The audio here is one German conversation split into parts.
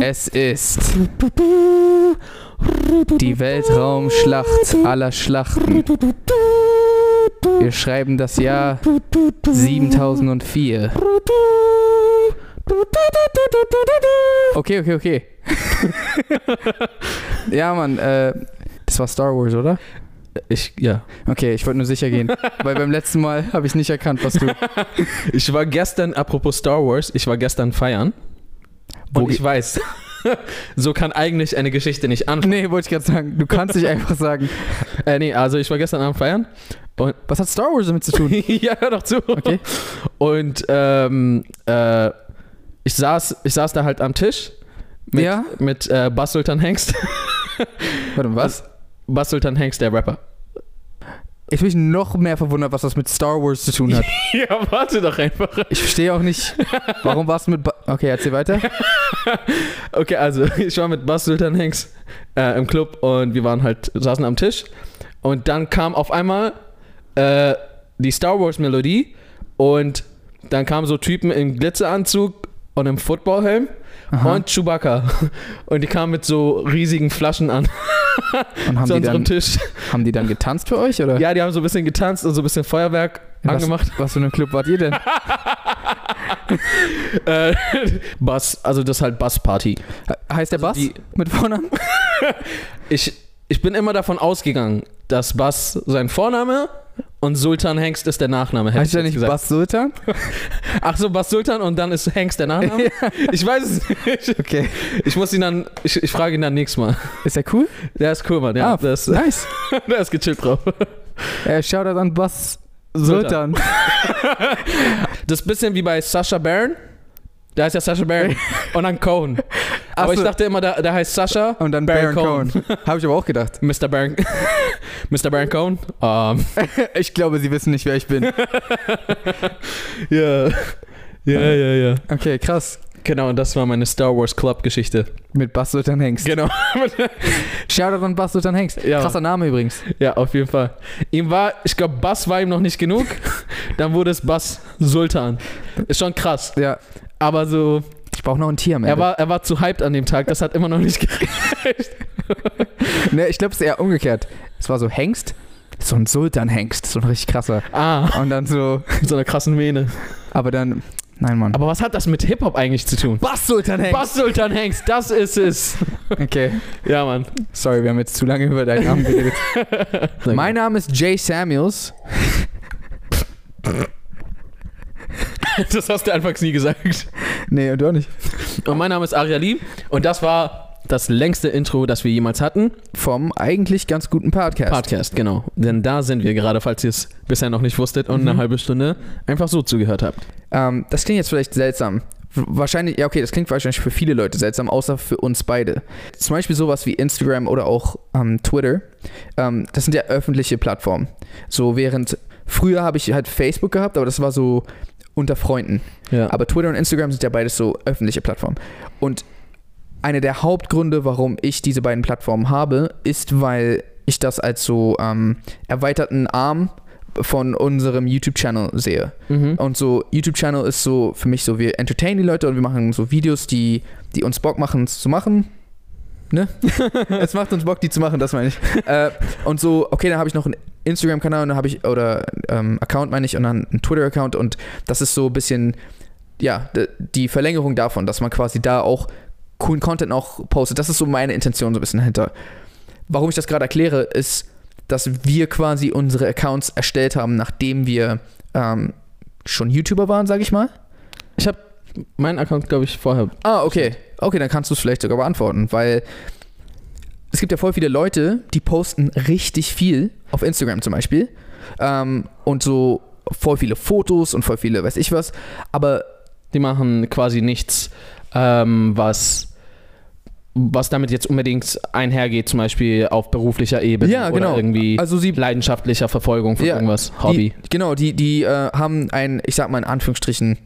Es ist die Weltraumschlacht aller Schlachten. Wir schreiben das Jahr 7004. Okay, okay, okay. ja, Mann, äh, das war Star Wars, oder? Ich, ja. Okay, ich wollte nur sicher gehen, weil beim letzten Mal habe ich nicht erkannt, was du. Ich war gestern, apropos Star Wars, ich war gestern feiern. Wo und ge- ich weiß, so kann eigentlich eine Geschichte nicht anfangen. Nee, wollte ich gerade sagen, du kannst nicht einfach sagen. Äh, nee, also ich war gestern Abend feiern. Was hat Star Wars damit zu tun? ja, hör doch zu. Okay. Und ähm, äh, ich, saß, ich saß da halt am Tisch mit, Ja? mit äh, Bas Sultan Hengst. Warte mal, was? Bas Sultan Hengst, der Rapper. Ich bin noch mehr verwundert, was das mit Star Wars zu tun hat. Ja, warte doch einfach. Ich verstehe auch nicht, warum warst du mit. Ba okay, erzähl weiter. Okay, also ich war mit Bas Sultan Hengst äh, im Club und wir waren halt, saßen am Tisch. Und dann kam auf einmal äh, die Star Wars Melodie und dann kamen so Typen im Glitzeranzug und im Footballhelm Aha. und Chewbacca. Und die kamen mit so riesigen Flaschen an Und haben, zu die unserem dann, Tisch. haben die dann getanzt für euch, oder? Ja, die haben so ein bisschen getanzt und so ein bisschen Feuerwerk was, angemacht. Was für ein Club wart ihr denn? Äh, Bass, also das ist halt Bassparty. Heißt der Bass? also die- mit Vornamen? Ich, ich bin immer davon ausgegangen, dass Bass sein Vorname und Sultan Hengst ist der Nachname. hätte Heißt ich der jetzt nicht Bass Sultan? Ach so, Bass Sultan und dann ist Hengst der Nachname? Ich weiß es nicht. Okay. Ich muss ihn dann, ich, ich frage ihn dann nächstes Mal. Ist der cool? Der ist cool, Mann. Ja, Ah, der, ist, nice. der ist gechillt drauf. Äh, Shoutout an Bass Sultan. Sultan. Das ist ein bisschen wie bei Sascha Baron. Da heißt ja Sascha Baron und dann Cohen. Aber Ach ich so. dachte immer, der, der heißt Sascha, Und dann Baron Baron Cohen. Habe ich aber auch gedacht. Mr. Baron, Mr. Baron Cohen. Ähm, Ich glaube, sie wissen nicht, wer ich bin. Ja. Ja, ja, ja. Okay, krass. Ähm. Genau, und das war meine Star Wars Club Geschichte. Mit Bass Sultan Hengst. Genau. Shoutout an Bass Sultan Hengst. Ja. Krasser Name übrigens. Ja, auf jeden Fall. Ihm war, ich glaube, Bass war ihm noch nicht genug. Dann wurde es Bass Sultan. Ist schon krass. Ja, Aber so, ich brauche noch ein Tier, er war, er war zu hyped an dem Tag. Das hat immer noch nicht gereicht. Ne, ich glaube, es ist eher umgekehrt. Es war so Hengst, so ein Sultan-Hengst, so ein richtig krasser. Ah, Und dann so, mit so einer krassen Vene. aber dann, nein, Mann. Aber was hat das mit Hip-Hop eigentlich zu tun? Bass-Sultan-Hengst! Bass Sultan Hengst, das ist es. Okay, Ja, Mann. sorry, wir haben jetzt zu lange über deinen Namen geredet. mein Name ist Jay Samuels. Das hast du anfangs nie gesagt. Nee, und du auch nicht. Und mein Name ist Ariali. Und das war das längste Intro, das wir jemals hatten. Vom eigentlich ganz guten Podcast. Podcast, genau. Denn da sind wir gerade, falls ihr es bisher noch nicht wusstet und eine halbe Stunde einfach so zugehört habt. ähm, das klingt jetzt vielleicht seltsam. W- Wahrscheinlich, ja, okay, das klingt wahrscheinlich für viele Leute seltsam, außer für uns beide. Zum Beispiel sowas wie Instagram oder auch ähm, Twitter. Ähm, das sind ja öffentliche Plattformen. So, während früher habe ich halt Facebook gehabt, aber das war so unter Freunden. Ja. Aber Twitter und Instagram sind ja beides so öffentliche Plattformen. Und einer der Hauptgründe, warum ich diese beiden Plattformen habe, ist, weil ich das als so ähm, erweiterten Arm von unserem YouTube-Channel sehe. Mhm. Und so, YouTube-Channel ist so für mich so, wir entertainen die Leute und wir machen so Videos, die, die uns Bock machen, es zu machen. Ne? es macht uns Bock, die zu machen, das meine ich. äh, und so, okay, dann habe ich noch einen Instagram-Kanal und dann habe ich, oder ähm, Account meine ich, und dann einen Twitter-Account und das ist so ein bisschen, ja, d- die Verlängerung davon, dass man quasi da auch coolen Content auch postet. Das ist so meine Intention so ein bisschen dahinter. Warum ich das gerade erkläre, ist, dass wir quasi unsere Accounts erstellt haben, nachdem wir ähm, schon YouTuber waren, sage ich mal. Ich habe meinen Account, glaube ich, vorher. Ah, okay. Okay, dann kannst du es vielleicht sogar beantworten, weil es gibt ja voll viele Leute, die posten richtig viel, auf Instagram zum Beispiel, ähm, und so voll viele Fotos und voll viele weiß ich was, aber Die machen quasi nichts, ähm, was was damit jetzt unbedingt einhergeht, zum Beispiel auf beruflicher Ebene Ja, genau. oder irgendwie also sie leidenschaftlicher Verfolgung von Ja, irgendwas, Hobby. Die, genau, die, die äh, haben einen, ich sag mal in Anführungsstrichen,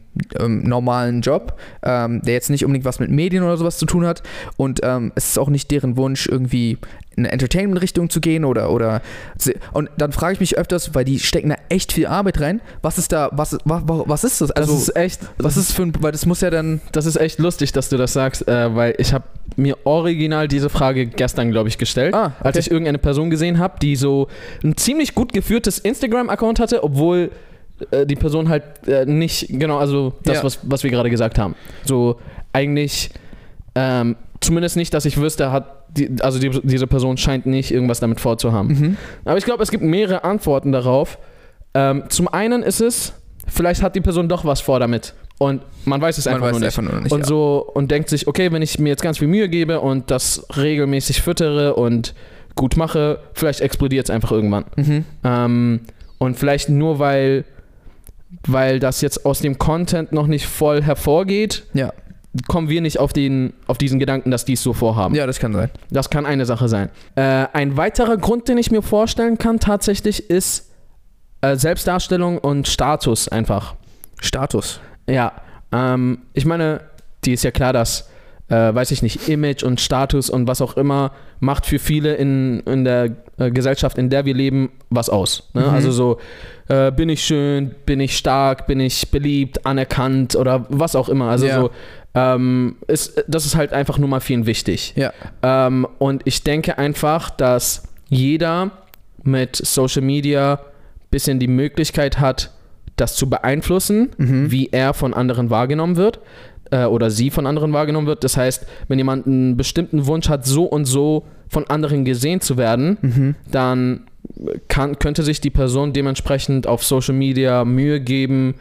ähm, normalen Job, ähm, der jetzt nicht unbedingt was mit Medien oder sowas zu tun hat. Und ähm, es ist auch nicht deren Wunsch, irgendwie in eine Entertainment-Richtung zu gehen oder oder se- und dann frage ich mich öfters, weil die stecken da echt viel Arbeit rein. Was ist da, was, was, was ist das? Also das ist echt, was ist für ein, weil das muss ja dann, das ist echt lustig, dass du das sagst, äh, weil ich habe mir original diese Frage gestern, glaube ich, gestellt, Ah, okay. als ich irgendeine Person gesehen habe, die so ein ziemlich gut geführtes Instagram-Account hatte, obwohl äh, die Person halt äh, nicht genau, also das, Ja. was, was wir gerade gesagt haben. So eigentlich, ähm, zumindest nicht, dass ich wüsste, hat die, also die, diese Person scheint nicht irgendwas damit vorzuhaben. Hm. Mhm. Aber ich glaube, es gibt mehrere Antworten darauf. Ähm, zum einen ist es, vielleicht hat die Person doch was vor damit. Und man weiß es man einfach weiß nur es nicht. einfach nur noch nicht. und ja. so und denkt sich, okay, wenn ich mir jetzt ganz viel Mühe gebe und das regelmäßig füttere und gut mache, vielleicht explodiert es einfach irgendwann. mhm. Ähm, und vielleicht nur weil, weil das jetzt aus dem Content noch nicht voll hervorgeht, Ja. kommen wir nicht auf, den, auf diesen Gedanken, dass die es so vorhaben. ja, das kann sein. Das kann eine Sache sein. Äh, ein weiterer Grund, den ich mir vorstellen kann, tatsächlich ist äh, Selbstdarstellung und Status einfach. Status. Ja, ähm, ich meine, die ist ja klar, dass, äh, weiß ich nicht, Image und Status und was auch immer macht für viele in, in der äh, Gesellschaft, in der wir leben, was aus. Ne? Mhm. Also so, äh, bin ich schön, bin ich stark, bin ich beliebt, anerkannt oder was auch immer. Also Ja. so, ähm, ist, das ist halt einfach nur mal vielen wichtig. Ja. Ähm, und ich denke einfach, dass jeder mit Social Media bisschen die Möglichkeit hat, das zu beeinflussen, Mhm. wie er von anderen wahrgenommen wird äh, oder sie von anderen wahrgenommen wird. Das heißt, wenn jemand einen bestimmten Wunsch hat, so und so von anderen gesehen zu werden, Mhm. dann kann, könnte sich die Person dementsprechend auf Social Media Mühe geben,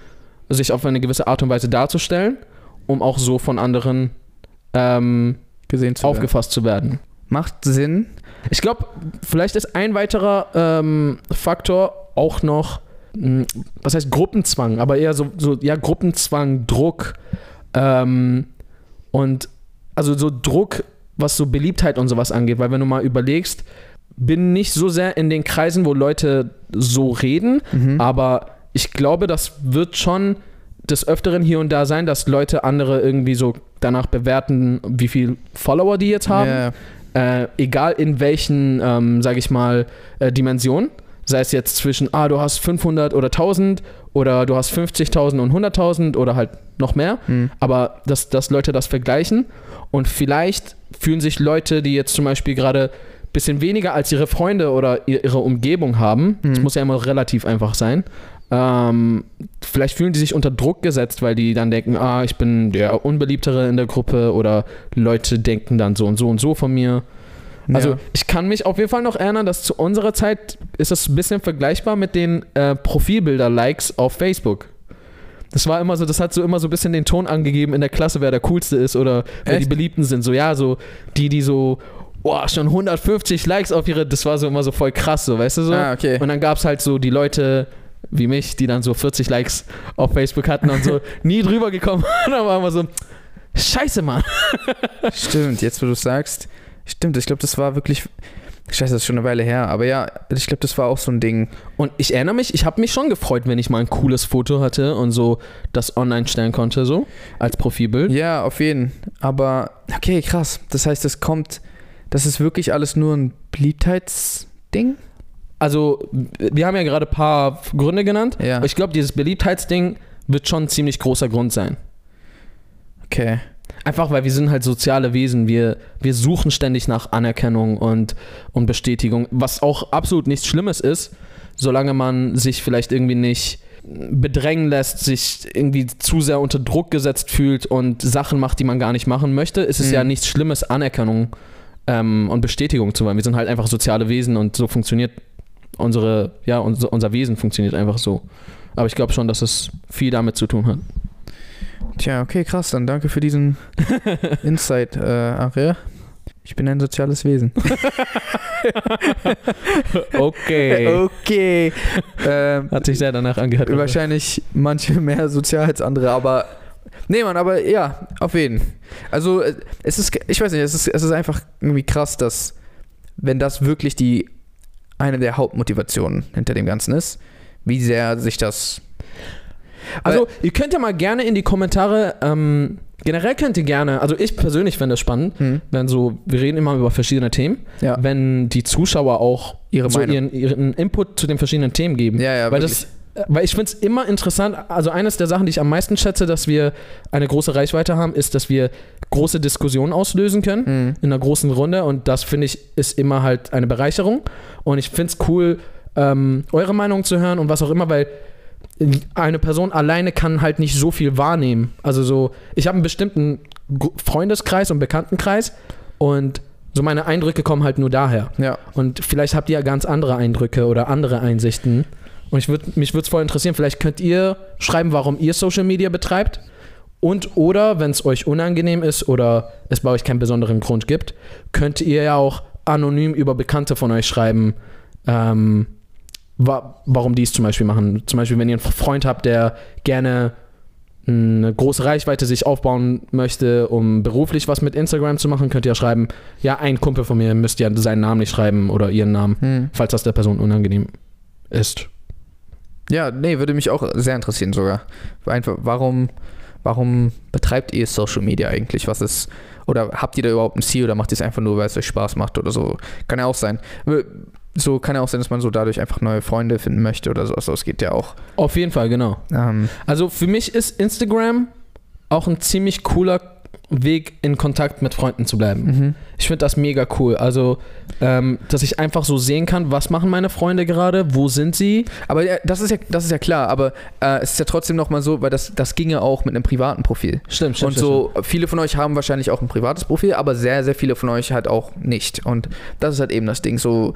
sich auf eine gewisse Art und Weise darzustellen, um auch so von anderen ähm, Gesehen zu werden. aufgefasst zu werden. Macht Sinn. Ich glaube, vielleicht ist ein weiterer ähm, Faktor auch noch, mh, was heißt Gruppenzwang, aber eher so, so ja, Gruppenzwang, Druck ähm, und also so Druck, was so Beliebtheit und sowas angeht, weil wenn du mal überlegst, bin nicht so sehr in den Kreisen, wo Leute so reden, Mhm. aber ich glaube, das wird schon des Öfteren hier und da sein, dass Leute andere irgendwie so danach bewerten, wie viel Follower die jetzt haben Ja. äh, egal in welchen, ähm, sage ich mal, äh, Dimensionen, sei es jetzt zwischen, ah, du hast 500 oder 1000 oder du hast 50.000 und 100.000 oder halt noch mehr, Mhm. aber dass, dass Leute das vergleichen und vielleicht fühlen sich Leute, die jetzt zum Beispiel gerade ein bisschen weniger als ihre Freunde oder i- ihre Umgebung haben, das Mhm. muss ja immer relativ einfach sein, ähm, vielleicht fühlen die sich unter Druck gesetzt, weil die dann denken, ah, ich bin der Unbeliebtere in der Gruppe oder Leute denken dann so und so und so von mir. Also ja. ich kann mich auf jeden Fall noch erinnern, dass zu unserer Zeit ist das ein bisschen vergleichbar mit den äh, Profilbilder-Likes auf Facebook. Das war immer so, das hat so immer so ein bisschen den Ton angegeben in der Klasse, wer der coolste ist oder wer die Echt? Beliebten sind. So ja, so die, die so, boah, schon 150 Likes auf ihre, das war so immer so voll krass, so weißt du so. ah, okay. Und dann gab es halt so die Leute wie mich, die dann so 40 Likes auf Facebook hatten und so nie drüber gekommen. Und dann war immer so, scheiße, Mann. Stimmt, jetzt wo du es sagst. Stimmt, ich glaube, das war wirklich. Scheiße, das ist schon eine Weile her. Aber ja, ich glaube, das war auch so ein Ding. Und ich erinnere mich, ich habe mich schon gefreut, wenn ich mal ein cooles Foto hatte und so das online stellen konnte, so als Profilbild. Ja, auf jeden. Aber okay, krass. Das heißt, es kommt. Das ist wirklich alles nur ein Beliebtheitsding? Also, wir haben ja gerade ein paar Gründe genannt. Ja. Aber Ich glaube, dieses Beliebtheitsding wird schon ein ziemlich großer Grund sein. Okay. Einfach weil wir sind halt soziale Wesen. Wir, wir suchen ständig nach Anerkennung und, und Bestätigung, was auch absolut nichts Schlimmes ist, solange man sich vielleicht irgendwie nicht bedrängen lässt, sich irgendwie zu sehr unter Druck gesetzt fühlt und Sachen macht, die man gar nicht machen möchte, ist es Mhm. ja nichts Schlimmes, Anerkennung ähm, und Bestätigung zu wollen. Wir sind halt einfach soziale Wesen und so funktioniert unsere, ja, unser, unser Wesen funktioniert einfach so. Aber ich glaube schon, dass es viel damit zu tun hat. Tja, okay, krass. Dann danke für diesen Insight, äh, Aria. Ich bin ein soziales Wesen. Okay. Okay. ähm, Hat sich sehr danach angehört. wahrscheinlich manche mehr sozial als andere, aber. Nee, Mann, aber ja, auf jeden. Also, äh, es ist, ich weiß nicht, es ist, es ist einfach irgendwie krass, dass, wenn das wirklich die eine der Hauptmotivationen hinter dem Ganzen ist, wie sehr sich das. Also, ihr könnt ja mal gerne in die Kommentare ähm, Generell könnt ihr gerne, also ich persönlich fände es spannend, Hm. wenn so, wir reden immer über verschiedene Themen, Ja. wenn die Zuschauer auch Ihre so Meinung. ihren, ihren Input zu den verschiedenen Themen geben. Ja, ja, weil, wirklich. das, äh, weil ich finde es immer interessant, also eines der Sachen, die ich am meisten schätze, dass wir eine große Reichweite haben, ist, dass wir große Diskussionen auslösen können Mhm. in einer großen Runde und das finde ich ist immer halt eine Bereicherung und ich finde es cool, ähm, eure Meinung zu hören und was auch immer, weil eine Person alleine kann halt nicht so viel wahrnehmen. Also so, ich habe einen bestimmten Gru- Freundeskreis und Bekanntenkreis und so meine Eindrücke kommen halt nur daher. Ja. Und vielleicht habt ihr ja ganz andere Eindrücke oder andere Einsichten. Und ich würd, mich würde es voll interessieren, vielleicht könnt ihr schreiben, warum ihr Social Media betreibt. Und oder, wenn es euch unangenehm ist oder es bei euch keinen besonderen Grund gibt, könnt ihr ja auch anonym über Bekannte von euch schreiben, ähm, wa warum die es zum Beispiel machen. Zum Beispiel, wenn ihr einen Freund habt, der gerne eine große Reichweite sich aufbauen möchte, um beruflich was mit Instagram zu machen, könnt ihr ja schreiben, ja, ein Kumpel von mir müsst ja seinen Namen nicht schreiben oder ihren Namen, Hm. falls das der Person unangenehm ist. Ja, nee, würde mich auch sehr interessieren sogar. Einfach, warum, warum betreibt ihr Social Media eigentlich? Was ist, oder habt ihr da überhaupt ein Ziel oder macht ihr es einfach nur, weil es euch Spaß macht oder so? Kann ja auch sein. Aber So kann ja auch sein, dass man so dadurch einfach neue Freunde finden möchte oder so. Also es geht ja auch. Auf jeden Fall, genau. Ähm, Also für mich ist Instagram auch ein ziemlich cooler Weg, in Kontakt mit Freunden zu bleiben. mhm. Ich finde das mega cool. Also, ähm, dass ich einfach so sehen kann, was machen meine Freunde gerade, wo sind sie. Aber ja, das ist ja, das ist ja klar, aber äh, es ist ja trotzdem nochmal so, weil das, das ginge auch mit einem privaten Profil. Stimmt, und so, viele von euch haben wahrscheinlich auch ein privates Profil, aber sehr, sehr viele von euch halt auch nicht. Und das ist halt eben das Ding. So,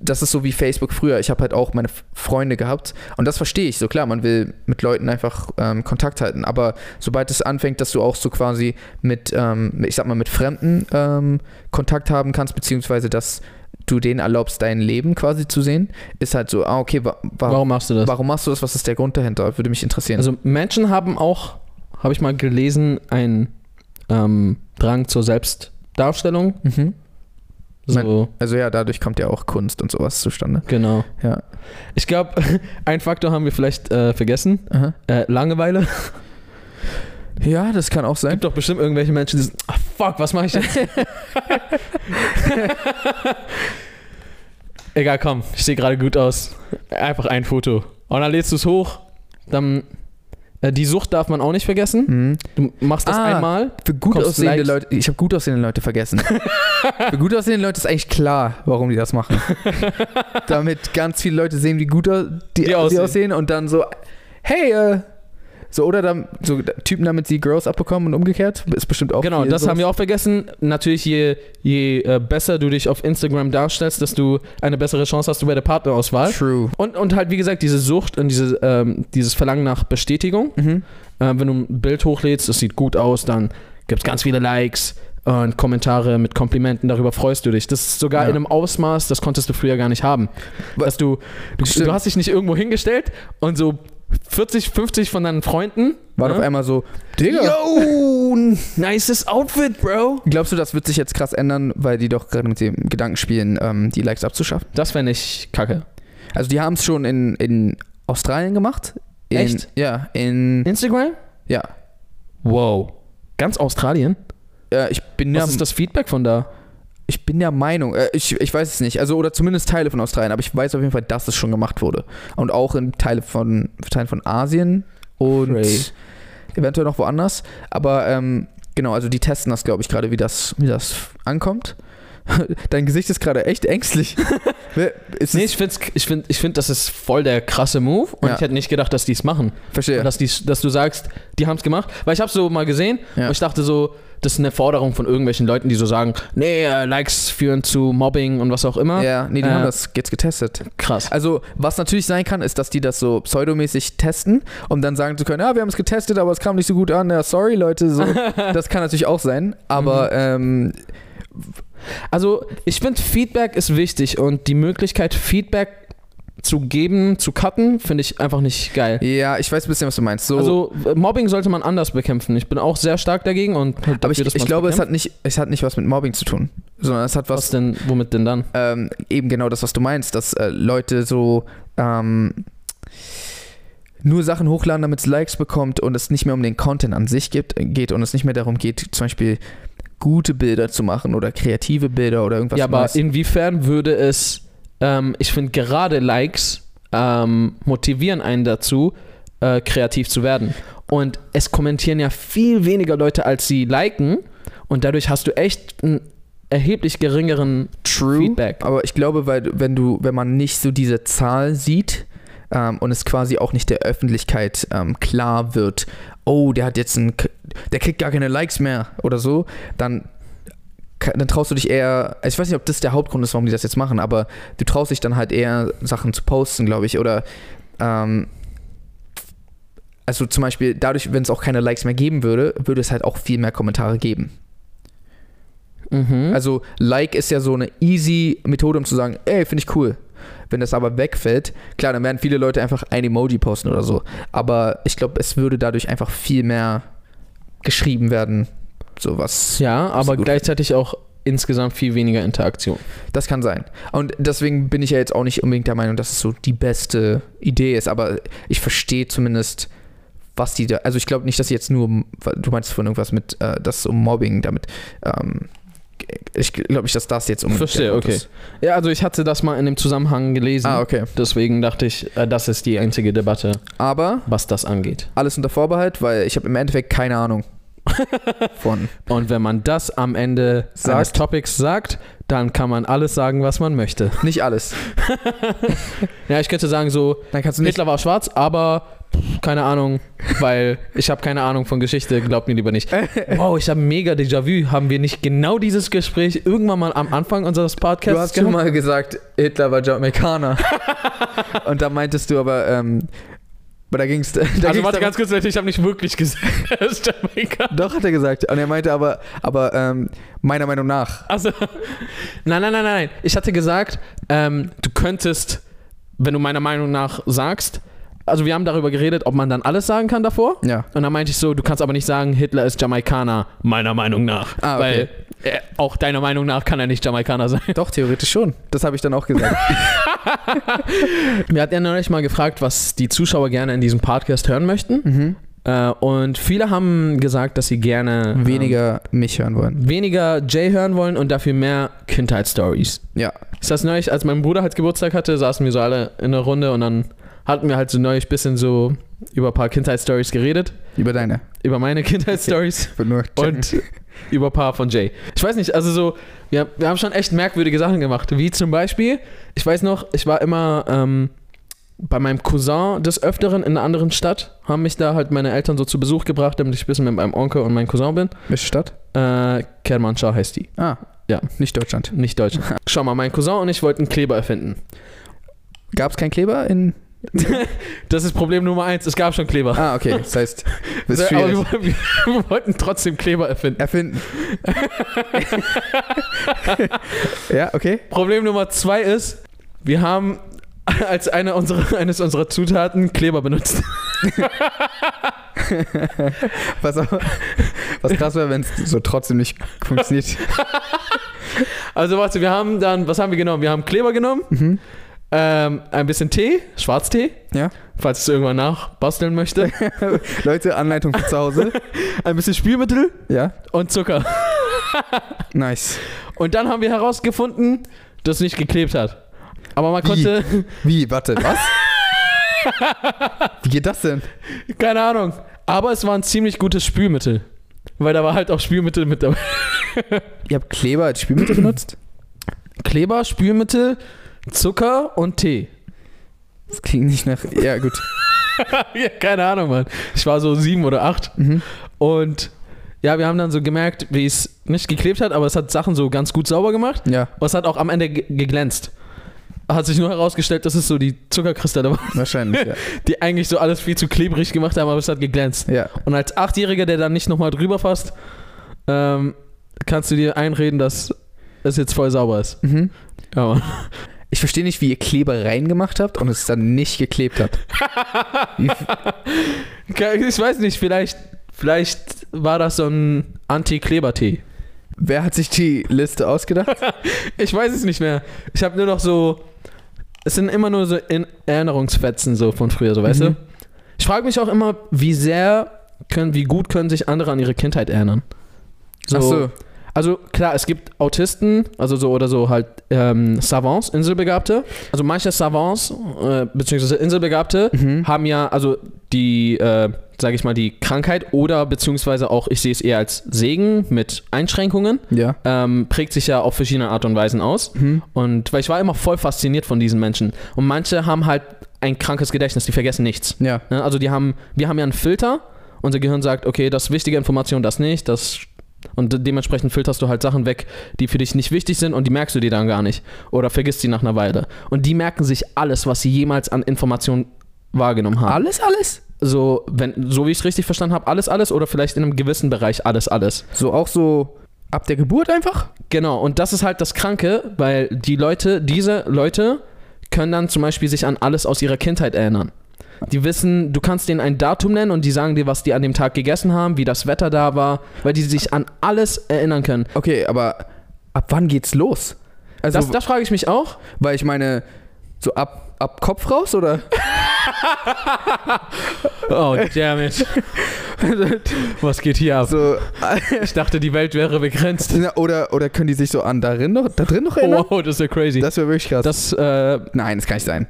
das ist so wie Facebook früher. Ich habe halt auch meine F- Freunde gehabt. Und das verstehe ich. So klar, man will mit Leuten einfach ähm, Kontakt halten. Aber sobald es anfängt, dass du auch so quasi mit, ähm, ich sag mal, mit Fremden ähm, Kontakt haben kannst, beziehungsweise dass du denen erlaubst, dein Leben quasi zu sehen, ist halt so, ah, okay, wa wa Warum machst du das? warum machst du das? Was ist der Grund dahinter? Würde mich interessieren. Also Menschen haben auch, habe ich mal gelesen, einen ähm, Drang zur Selbstdarstellung. mhm. So, Also ja, dadurch kommt ja auch Kunst und sowas zustande. genau. Ja. Ich glaube, einen Faktor haben wir vielleicht äh, vergessen. Aha. Äh, Langeweile. Ja, das kann auch sein. gibt doch bestimmt irgendwelche Menschen, die sagen, ah, fuck, was mache ich jetzt? Egal, komm, ich sehe gerade gut aus. Einfach ein Foto. Und dann lädst du es hoch. Dann äh, die Sucht darf man auch nicht vergessen. Mhm. Du machst das Ah. einmal. Für gut Kommst aussehende leicht- Leute, ich habe gut aussehende Leute vergessen. Für gut aussehende Leute ist eigentlich klar, warum die das machen. Damit ganz viele Leute sehen, wie gut au- die, die, aussehen. aussehen. und dann so, hey, äh, so oder dann, so Typen, damit sie Girls abbekommen und umgekehrt, ist bestimmt auch. genau, viel das sowas. haben wir auch vergessen. Natürlich, je, je äh, besser du dich auf Instagram darstellst, desto eine bessere Chance hast du bei der Partnerauswahl. True. Und, und halt, wie gesagt, diese Sucht und diese, ähm, dieses Verlangen nach Bestätigung. Mhm. Äh, wenn du ein Bild hochlädst, das sieht gut aus, dann gibt es ganz viele Likes und Kommentare mit Komplimenten, darüber freust du dich. Das ist sogar Ja. in einem Ausmaß, das konntest du früher gar nicht haben. Wa- Dass du, du, Stimmt. du hast dich nicht irgendwo hingestellt und so 40, 50 von deinen Freunden War ne? auf einmal so, Digga. Yo, nices Outfit, Bro. Glaubst du, das wird sich jetzt krass ändern, weil die doch gerade mit dem Gedanken spielen, ähm, die Likes abzuschaffen? Das fände ich kacke. Also die haben es schon in, in Australien gemacht. In, Echt? Ja, in Instagram? ja. Wow. Ganz Australien? Äh, ich bin Was der, ist das Feedback von da? ich bin der Meinung, äh, ich, ich weiß es nicht, also oder zumindest Teile von Australien, aber ich weiß auf jeden Fall, dass es schon gemacht wurde und auch in Teile von Teilen von Asien und Crazy. eventuell noch woanders. Aber ähm, genau, also die testen das, glaube ich, gerade, wie das wie das ankommt. Dein Gesicht ist gerade echt ängstlich. Wer- ist Nee, nee, ich finde, ich find, ich find, das ist voll der krasse Move und Ja. ich hätte nicht gedacht, dass die es machen. verstehe. dass, die, dass du sagst, die haben es gemacht. Weil ich habe so mal gesehen Ja. und ich dachte so, das ist eine Forderung von irgendwelchen Leuten, die so sagen, nee, äh, Likes führen zu Mobbing und was auch immer. ja, nee, die Äh. haben das jetzt getestet. Krass. Also, was natürlich sein kann, ist, dass die das so pseudomäßig testen, um dann sagen zu können, ja, wir haben es getestet, aber es kam nicht so gut an. Ja, sorry, Leute. So, das kann natürlich auch sein, aber Mhm. ähm, Also ich finde, Feedback ist wichtig und die Möglichkeit, Feedback zu geben, zu cutten, finde ich einfach nicht geil. ähm, ja, ich weiß ein bisschen, was du meinst. So, Also äh, Mobbing sollte man anders bekämpfen. Ich bin auch sehr stark dagegen und halt aber ich, dafür, dass ich man's glaube, es bekämpft. hat, nicht, es hat nicht was mit Mobbing zu tun, sondern es hat was, was, denn, womit denn dann? ähm, eben genau das, was du meinst, dass äh, Leute so ähm, nur Sachen hochladen, damit es Likes bekommt und es nicht mehr um den Content an sich gibt, äh, geht und es nicht mehr darum geht, zum Beispiel gute Bilder zu machen oder kreative Bilder oder irgendwas. ja, aber Neues. inwiefern würde es, ähm, ich finde gerade Likes ähm, motivieren einen dazu, äh, kreativ zu werden. Und es kommentieren ja viel weniger Leute, als sie liken. Und dadurch hast du echt einen erheblich geringeren Feedback. Aber ich glaube, weil du- wenn du, wenn man nicht so diese Zahl sieht ähm, und es quasi auch nicht der Öffentlichkeit ähm, klar wird, oh, der hat jetzt einen, K- der kriegt gar keine Likes mehr oder so, dann ka- dann traust du dich eher, also ich weiß nicht, ob das der Hauptgrund ist, warum die das jetzt machen, aber du traust dich dann halt eher, Sachen zu posten, glaube ich, oder ähm, also zum Beispiel dadurch, wenn es auch keine Likes mehr geben würde, würde es halt auch viel mehr Kommentare geben. Mhm. Also Like ist ja so eine easy Methode, um zu sagen, ey, finde ich cool. Wenn das aber wegfällt, klar, dann werden viele Leute einfach ein Emoji posten oder so. Aber ich glaube, es würde dadurch einfach viel mehr geschrieben werden. Sowas. ja, aber gut. gleichzeitig auch insgesamt viel weniger Interaktion. Das kann sein. Und deswegen bin ich ja jetzt auch nicht unbedingt der Meinung, dass es so die beste Idee ist. Aber ich verstehe zumindest, was die da. Also ich glaube nicht, dass sie jetzt nur. Du meinst von irgendwas mit, äh, das so Mobbing damit. Ähm, ich glaube nicht, dass das jetzt unbedingt. der Verstehe, Grund okay. ist. Ja, also ich hatte das mal in dem Zusammenhang gelesen. Ah, okay. Deswegen dachte ich, äh, das ist die einzige Debatte, Aber was das angeht. alles unter Vorbehalt, weil ich habe im Endeffekt keine Ahnung von. Und wenn man das am Ende Sagt. eines Topics sagt, dann kann man alles sagen, was man möchte. Nicht alles. Ja, ich könnte sagen so, Dann kannst du nicht. Hitler war schwarz, aber pff, keine Ahnung, weil ich habe keine Ahnung von Geschichte, glaubt mir lieber nicht. Wow, ich habe mega Déjà-vu. Haben wir nicht genau dieses Gespräch irgendwann mal am Anfang unseres Podcasts Du hast schon mal gesagt, Hitler war Jamaikaner. Und da meintest du aber, ähm, aber da ging's. Da also ging's warte darum- ganz kurz, Leute, ich habe nicht wirklich gesagt, er ist Jamaikaner. Doch, hat er gesagt. Und er meinte aber, aber ähm, meiner Meinung nach. Also, nein, nein, nein, nein. Ich hatte gesagt, ähm, du könntest, wenn du meiner Meinung nach sagst, also wir haben darüber geredet, ob man dann alles sagen kann davor. Ja. Und dann meinte ich so, du kannst aber nicht sagen, Hitler ist Jamaikaner, meiner Meinung nach. Ah, okay. Weil äh, auch deiner Meinung nach kann er nicht Jamaikaner sein. Doch, theoretisch schon. Das habe ich dann auch gesagt. Mir hat er neulich mal gefragt, was die Zuschauer gerne in diesem Podcast hören möchten. mhm. Äh, und viele haben gesagt, dass sie gerne ähm, Weniger mich hören wollen. weniger Jay hören wollen und dafür mehr Kindheitsstories. Ja. Ist das neulich, als mein Bruder halt Geburtstag hatte, saßen wir so alle in einer Runde und dann hatten wir halt so neulich bisschen so über ein paar Kindheitsstories geredet. Über deine. Über meine Kindheitsstories Ich will nur checken. und über ein paar von Jay. Ich weiß nicht, also so, wir, wir haben schon echt merkwürdige Sachen gemacht. Wie zum Beispiel, ich weiß noch, ich war immer ähm, bei meinem Cousin des Öfteren in einer anderen Stadt, haben mich da halt meine Eltern so zu Besuch gebracht, damit ich ein bisschen mit meinem Onkel und meinem Cousin bin. Welche Stadt? Äh, Kermanschah heißt die. Ah, Ja. Nicht Deutschland. Nicht Deutschland. Schau mal, mein Cousin und ich wollten einen Kleber erfinden. Gab es keinen Kleber in. Das ist Problem Nummer eins. Es gab schon Kleber. Ah, okay. Das heißt, das So, ist aber schwierig. wir, wollten- wir wollten trotzdem Kleber erfinden. Erfinden. ja, okay. Problem Nummer zwei ist, wir haben als eine unserer, eines unserer Zutaten Kleber benutzt. Was, aber, was krass wäre, wenn es so trotzdem nicht funktioniert. Also warte, wir haben dann, was haben wir genommen? Wir haben Kleber genommen, Mhm. ähm, ein bisschen Tee, Schwarztee, Ja. falls ich es irgendwann nachbasteln möchte, Leute, Anleitung für zu Hause. ein bisschen Spülmittel Ja, und Zucker. nice. Und dann haben wir herausgefunden, dass es nicht geklebt hat. Aber man Wie? konnte, Wie, warte, was? Wie geht das denn? keine Ahnung, aber es war ein ziemlich gutes Spülmittel. Weil da war halt auch Spülmittel mit dabei. Ihr habt Kleber als Spielmittel benutzt? Kleber, Spülmittel, Zucker und Tee. Das klingt nicht nach. Ja, gut. ja, keine Ahnung, Mann. Ich war so sieben oder acht. Mhm. Und ja, wir haben dann so gemerkt, wie es nicht geklebt hat, aber es hat Sachen so ganz gut sauber gemacht. Ja, Und es hat auch am Ende ge- geglänzt. Hat sich nur herausgestellt, dass es so die Zuckerkristalle waren, wahrscheinlich. Ja. die eigentlich so alles viel zu klebrig gemacht haben, aber es hat geglänzt. ja. Und als Achtjähriger, der dann nicht nochmal drüber fasst, ähm, kannst du dir einreden, dass es jetzt voll sauber ist. Mhm. Ja, Mann. Ich verstehe nicht, wie ihr Kleber reingemacht habt und es dann nicht geklebt hat. Ke- Ich weiß nicht, vielleicht, vielleicht war das so ein Anti-Kleber-Tee. Wer hat sich die Liste ausgedacht? Ich weiß es nicht mehr. Ich habe nur noch so. Es sind immer nur so in Erinnerungsfetzen so von früher, so weißt Mhm. du? frage mich auch immer, wie sehr können, wie gut können sich andere an ihre Kindheit erinnern. Ach so. Also klar, es gibt Autisten, also so oder so halt ähm, Savants, Inselbegabte. Also manche Savants äh, beziehungsweise Inselbegabte Mhm. haben ja also die, äh, sage ich mal, die Krankheit oder beziehungsweise auch, ich sehe es eher als Segen mit Einschränkungen, Ja. ähm, prägt sich ja auf verschiedene Art und Weisen aus. Mhm. Und weil ich war immer voll fasziniert von diesen Menschen. Und manche haben halt ein krankes Gedächtnis, die vergessen nichts. Ja. Ne? Also die haben, wir haben ja einen Filter. Unser Gehirn sagt, okay, das ist wichtige Information, das nicht, das und de- dementsprechend filterst du halt Sachen weg, die für dich nicht wichtig sind und die merkst du dir dann gar nicht oder vergisst sie nach einer Weile. Und die merken sich alles, was sie jemals an Informationen wahrgenommen haben. Alles, alles? So, wenn, so wie ich es richtig verstanden habe, alles, alles oder vielleicht in einem gewissen Bereich alles, alles. So auch so ab der Geburt einfach? Genau, und das ist halt das Kranke, weil die Leute, diese Leute können dann zum Beispiel sich an alles aus ihrer Kindheit erinnern. Die wissen, du kannst denen ein Datum nennen und die sagen dir, was die an dem Tag gegessen haben, wie das Wetter da war, weil die sich an alles erinnern können. Okay, aber ab wann geht's los? Also, das, das frage ich mich auch. weil ich meine, so ab, ab Kopf raus oder? Oh, damn it. was geht hier ab? So, Ich dachte, die Welt wäre begrenzt. na, oder, oder können die sich so an darin noch, da drin noch erinnern? Wow, das ist ja crazy. Das wäre wirklich krass. Oh. Das, äh, Nein, das kann nicht sein.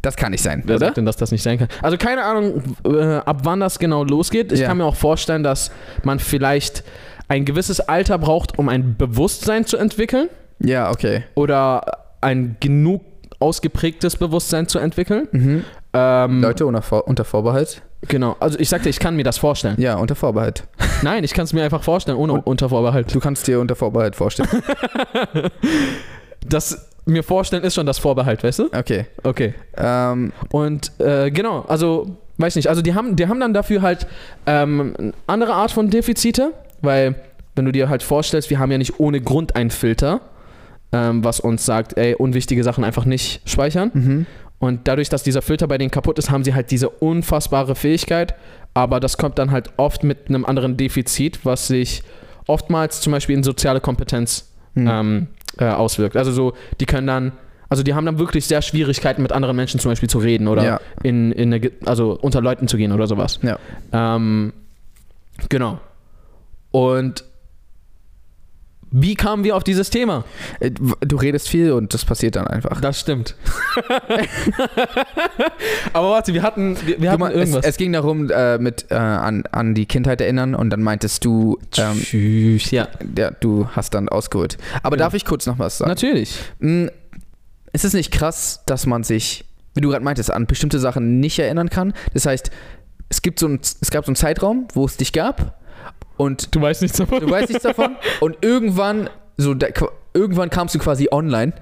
Das kann nicht sein, Wer oder? sagt denn, dass das nicht sein kann? Also keine Ahnung, äh, ab wann das genau losgeht. Ich Ja. kann mir auch vorstellen, dass man vielleicht ein gewisses Alter braucht, um ein Bewusstsein zu entwickeln Ja, okay. oder ein genug ausgeprägtes Bewusstsein zu entwickeln. Mhm. Ähm, Leute, unter, Vor unter Vorbehalt? Genau. Also ich sagte, ich kann mir das vorstellen. Ja, unter Vorbehalt. Nein, ich kann es mir einfach vorstellen, ohne Und- Untervorbehalt. Du kannst dir unter Vorbehalt vorstellen. Das mir vorstellen ist schon das Vorbehalt, weißt du? Okay. Okay. Ähm, Und äh, genau, also weiß nicht, also die haben, die haben dann dafür halt ähm, eine andere Art von Defizite, weil wenn du dir halt vorstellst, wir haben ja nicht ohne Grund einen Filter, ähm, was uns sagt, ey, unwichtige Sachen einfach nicht speichern. mhm. Und dadurch, dass dieser Filter bei denen kaputt ist, haben sie halt diese unfassbare Fähigkeit, aber das kommt dann halt oft mit einem anderen Defizit, was sich oftmals zum Beispiel in soziale Kompetenz Mhm. ähm, äh, auswirkt. Also so, die können dann, also die haben dann wirklich sehr Schwierigkeiten, mit anderen Menschen zum Beispiel zu reden oder Ja. in, in eine, Ge- also unter Leuten zu gehen oder sowas. Ja. Ähm, genau. Und wie kamen wir auf dieses Thema? Äh, w- Du redest viel und das passiert dann einfach. Das stimmt. Aber warte, wir hatten, wir, wir Du hatten mein- es, irgendwas. es ging darum, äh, mit äh, an, an die Kindheit erinnern und dann meintest du, ähm, Tschüss, ja. ja, du hast dann ausgeholt. Aber Ja. darf ich kurz noch was sagen? Natürlich. Mm, Ist es nicht krass, dass man sich, wie du gerade meintest, an bestimmte Sachen nicht erinnern kann? Das heißt, es, gibt so ein, es gab so einen Zeitraum, wo es dich gab und Du weißt nichts davon. du weißt nichts davon und irgendwann, so da, irgendwann kamst du quasi online.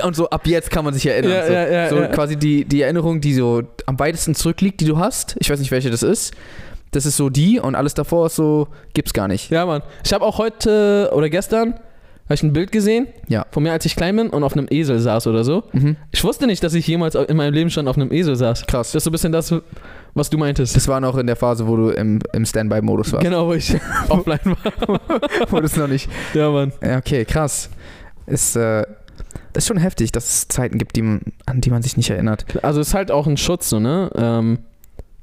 So, und so ab jetzt kann man sich erinnern. Ja, so ja, ja, so ja. quasi die, die Erinnerung, die so am weitesten zurückliegt, die du hast. Ich weiß nicht, welche das ist. Das ist so die und alles davor ist so, gibt's gar nicht. Ja, Mann. Ich habe auch heute oder gestern hab ich ein Bild gesehen Ja. von mir, als ich klein bin und auf einem Esel saß oder so. Mhm. Ich wusste nicht, dass ich jemals in meinem Leben schon auf einem Esel saß. Krass. Das ist so ein bisschen das, was du meintest. Das war noch in der Phase, wo du im, im Standby-Modus warst. genau, wo ich offline war. Genau. Wo das noch nicht. Ja, Mann. Ja, okay, krass. Ist, äh, ist schon heftig, dass es Zeiten gibt, die man, an die man sich nicht erinnert. Also ist halt auch ein Schutz, so, ne? Ähm,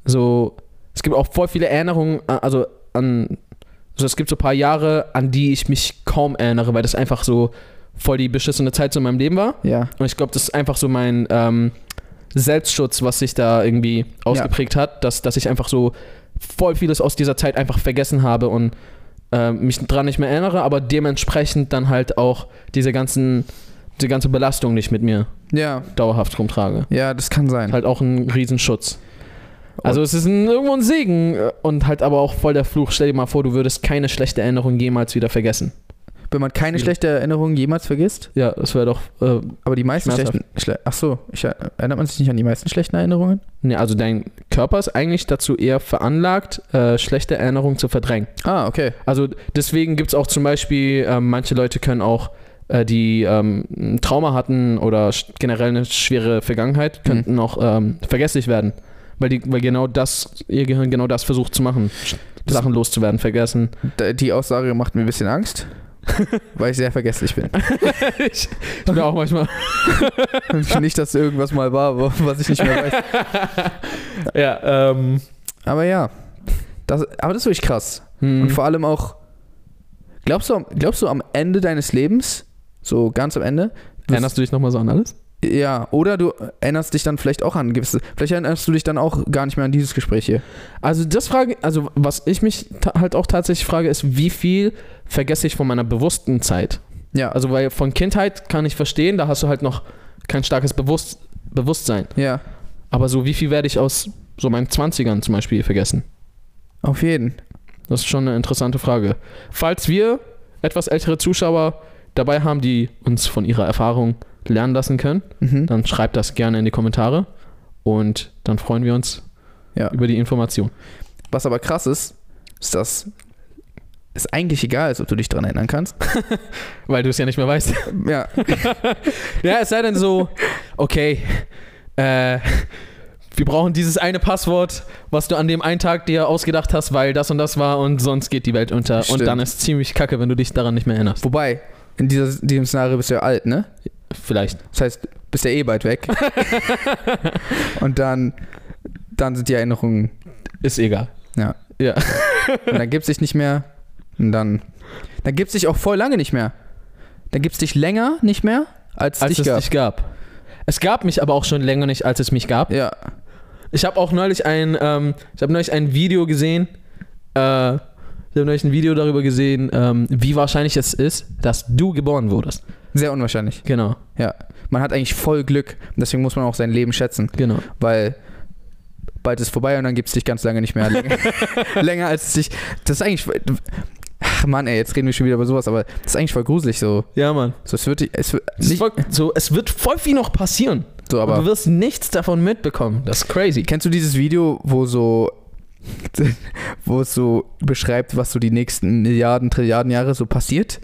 so, es gibt auch voll viele Erinnerungen, a- also an, also es gibt so ein paar Jahre, an die ich mich kaum erinnere, weil das einfach so voll die beschissene Zeit so in meinem Leben war. Ja. Und ich glaube, das ist einfach so mein ähm, Selbstschutz, was sich da irgendwie ausgeprägt hat, dass, dass ich einfach so voll vieles aus dieser Zeit einfach vergessen habe und ähm, mich dran nicht mehr erinnere, aber dementsprechend dann halt auch diese ganzen, die ganze Belastung nicht mit mir Ja, dauerhaft rumtrage. ja, das kann sein. Halt auch ein Riesenschutz. Also es ist ein, irgendwo ein Segen äh, und halt aber auch voll der Fluch. Stell dir mal vor, du würdest keine schlechte Erinnerung jemals wieder vergessen. Wenn man keine schlechte Erinnerung jemals vergisst, Ja, das wäre doch, äh, aber die meisten Schmerzhaft. schlechten. Schle Ach so, ich, erinnert man sich nicht an die meisten schlechten Erinnerungen? ne, also dein Körper ist eigentlich dazu eher veranlagt, äh, schlechte Erinnerungen zu verdrängen. Ah, okay. Also deswegen gibt es auch zum Beispiel, ähm, manche Leute können auch, äh, die ähm, ein Trauma hatten oder sch- generell eine schwere Vergangenheit, könnten auch ähm, vergesslich werden. Weil, die, weil genau das, ihr Gehirn genau das versucht zu machen. Sch- Das- Sachen loszuwerden, vergessen. D die Aussage macht mir ein bisschen Angst. weil ich sehr vergesslich bin. ich, ich bin auch manchmal. nicht, dass irgendwas mal war, aber was ich nicht mehr weiß. ja, ähm. Aber ja, das, aber das ist wirklich krass. Hm. Und vor allem auch, glaubst du, am- glaubst du am Ende deines Lebens, so ganz am Ende, dass- Erinnerst du dich nochmal so an alles? ja, oder du erinnerst dich dann vielleicht auch an gewisse, vielleicht erinnerst du dich dann auch gar nicht mehr an dieses Gespräch hier. Also das frage, also was ich mich ta- halt auch tatsächlich frage, ist, wie viel vergesse ich von meiner bewussten Zeit? Ja, also, Also weil von Kindheit kann ich verstehen, da hast du halt noch kein starkes Bewusst Bewusstsein. ja, Aber so wie viel werde ich aus so meinen 20ern zum Beispiel vergessen? auf jeden. Das ist schon eine interessante Frage. Falls wir etwas ältere Zuschauer dabei haben, die uns von ihrer Erfahrung lernen lassen können, Mhm. dann schreibt das gerne in die Kommentare und dann freuen wir uns Ja. über die Information. Was aber krass ist, ist, dass es eigentlich egal ist, ob du dich dran erinnern kannst. Weil du es ja nicht mehr weißt. ja, Ja, es sei denn so, okay, äh, wir brauchen dieses eine Passwort, was du an dem einen Tag dir ausgedacht hast, weil das und das war und sonst geht die Welt unter. Stimmt. Und dann ist ziemlich kacke, wenn du dich daran nicht mehr erinnerst. wobei, in dieser, diesem Szenario bist du ja alt, ne? Vielleicht. Das heißt, bist ja eh bald weg. Und dann, dann sind die Erinnerungen, Ist egal. ja. Ja. Und dann gibt's dich nicht mehr. Und dann, dann gibt's dich auch voll lange nicht mehr. Dann gibt's dich länger nicht mehr, als, Als dich es gab. dich gab. Es gab mich aber auch schon länger nicht, als es mich gab. Ja, Ich habe auch neulich ein, ähm, ich habe neulich ein Video gesehen. Äh, ich habe neulich ein Video darüber gesehen, ähm, wie wahrscheinlich es ist, dass du geboren wurdest. sehr unwahrscheinlich. Genau, Ja, man hat eigentlich voll Glück. Und deswegen muss man auch sein Leben schätzen, genau. weil bald ist vorbei und dann gibt's dich ganz lange nicht mehr. Länger, länger als es dich. Das ist eigentlich. Ach Mann, ey, jetzt reden wir schon wieder über sowas, aber das ist eigentlich voll gruselig so. Ja, Mann. so es wird, es wird Es, ist nicht voll, so, es wird voll viel noch passieren. so, Aber aber. du wirst nichts davon mitbekommen. Das ist crazy. Kennst du dieses Video, wo so wo es so beschreibt, was so die nächsten Milliarden, Trilliarden Jahre so passiert?